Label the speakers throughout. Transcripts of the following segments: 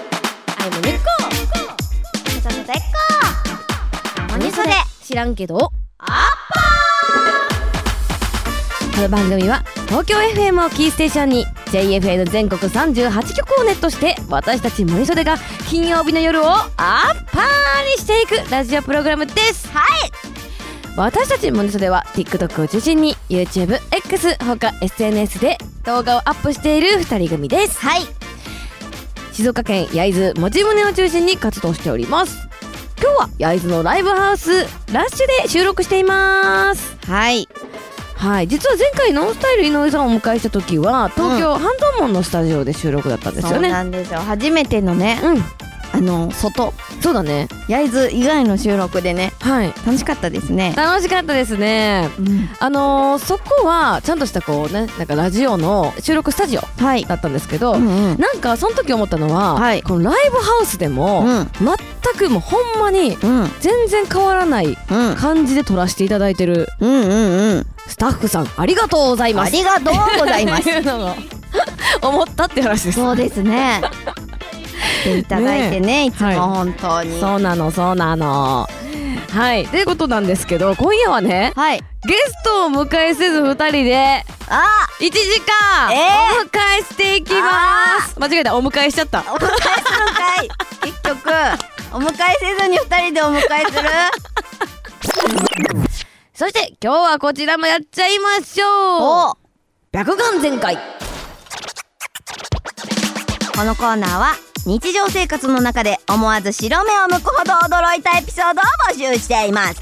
Speaker 1: 生の根っこ
Speaker 2: ちょちょ絶好何それ
Speaker 1: 知らんけど
Speaker 2: あ
Speaker 1: この番組は東京 FM をキーステーションに JFN 全国38局をネットして私たち森袖が金曜日の夜をアッパーにしていくラジオプログラムです
Speaker 2: はい
Speaker 1: 私たち森袖は TikTok を中心に YouTubeX 他 SNS で動画をアップしている2人組です
Speaker 2: はい
Speaker 1: 静岡県焼津もち胸を中心に活動しております今日は焼津のライブハウスラッシュで収録しています
Speaker 2: はい
Speaker 1: はい実は前回ノンスタイル井上さんをお迎えした時は東京半蔵門のスタジオで収録だったんです
Speaker 2: そ
Speaker 1: よ
Speaker 2: う
Speaker 1: ね
Speaker 2: なんですよ初めてのね
Speaker 1: うん
Speaker 2: あの外
Speaker 1: そうだね
Speaker 2: 焼津以外の収録でね
Speaker 1: はい
Speaker 2: 楽しかったですね
Speaker 1: 楽しかったですね
Speaker 2: うん
Speaker 1: あのーそこはちゃんとしたこうねなんかラジオの収録スタジオ
Speaker 2: はい
Speaker 1: だったんですけど、
Speaker 2: んうん
Speaker 1: なんかその時思ったのは、
Speaker 2: はい
Speaker 1: このライブハウスでも、
Speaker 2: うん
Speaker 1: 全くもうほんまに
Speaker 2: うん
Speaker 1: 全然変わらない
Speaker 2: うん
Speaker 1: 感じで撮らせていただいてる
Speaker 2: うんうんうん
Speaker 1: スタッフさんありがとうございま
Speaker 2: あ
Speaker 1: す
Speaker 2: りがとうございます
Speaker 1: っていうのが 思ったって話です
Speaker 2: そうですねしていただいてねいつも
Speaker 1: はい
Speaker 2: 本当に
Speaker 1: そうなのそうなのはいということなんですけど今夜はね
Speaker 2: はい
Speaker 1: ゲストを迎えせず2人で
Speaker 2: あ
Speaker 1: 1時間
Speaker 2: え
Speaker 1: お迎えしていきます、間違えたお迎えしちゃった
Speaker 2: お迎えするんかい結局お迎えせずに二人でお迎えする
Speaker 1: そして今日はこちらもやっちゃいましょう
Speaker 2: お
Speaker 1: 白眼全開
Speaker 2: このコーナーは日常生活の中で思わず白目を向くほど驚いたエピソードを募集しています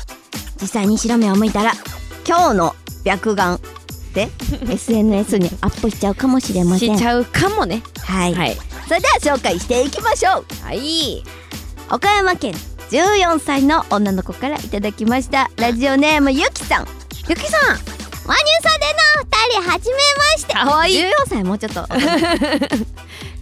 Speaker 2: 実際に白目を向いたら今日の白眼 で SNS にアップしちゃうかもしれません
Speaker 1: しちゃうかもね
Speaker 2: はい、
Speaker 1: はい
Speaker 2: それでは紹介していきましょう
Speaker 1: はい
Speaker 2: 岡山県14歳の女の子からいただきましたラジオネームゆきさん
Speaker 1: ゆきさん
Speaker 2: マニュサでの二人はじめまして
Speaker 1: かわいい
Speaker 2: 14歳もうちょっと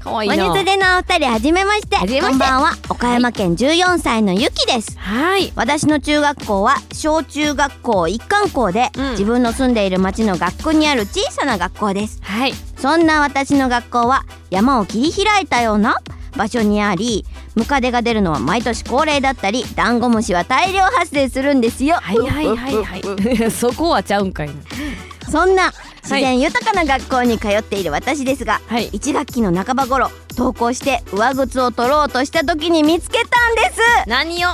Speaker 1: かわいい
Speaker 2: マニ
Speaker 1: な
Speaker 2: ュサでのお二人はじめまして
Speaker 1: はじめまして
Speaker 2: こんばんは岡山県14歳のゆきです
Speaker 1: はい
Speaker 2: 私の中学校は小中学校一貫校で、
Speaker 1: うん
Speaker 2: 自分の住んでいる町の学区にある小さな学校です
Speaker 1: はい
Speaker 2: そんな私の学校は山を切り開いたような場所にありムカデが出るのは毎年恒例だったりダンゴムシは大量発生するんですよ
Speaker 1: はいはいはい はい そこはちゃうんかいな
Speaker 2: そんな自然豊かな学校に通っている私ですが、
Speaker 1: はい
Speaker 2: 1学期の半ば頃登校して上靴を取ろうとした時に見つけたんです
Speaker 1: 何を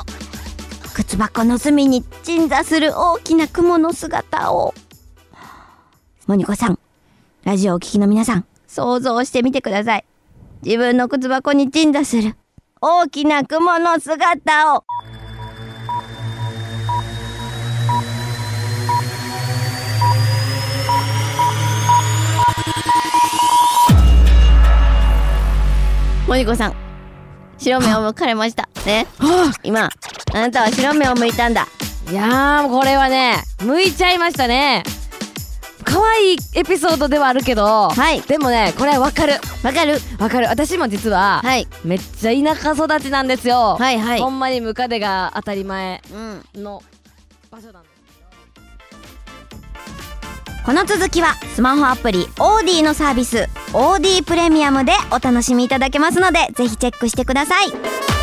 Speaker 2: 靴箱の隅に鎮座する大きな雲の姿を。モニコさん、ラジオをお聞きの皆さん、想像してみてください。自分の靴箱に鎮座する大きな雲の姿を。モニコさん、白目を向かれました。ね。今あなたは白目を向いたんだ
Speaker 1: いやーこれはね向いちゃいましたね可愛いエピソードではあるけど
Speaker 2: はい
Speaker 1: でもねこれわかる
Speaker 2: わかる
Speaker 1: わかる私も実は、
Speaker 2: はい
Speaker 1: めっちゃ田舎育ちなんですよ
Speaker 2: はいはい
Speaker 1: ほんまにムカデが当たり前
Speaker 2: うん
Speaker 1: の場所なんです
Speaker 2: この続きはスマホアプリ OD のサービス OD プレミアムでお楽しみいただけますのでぜひチェックしてください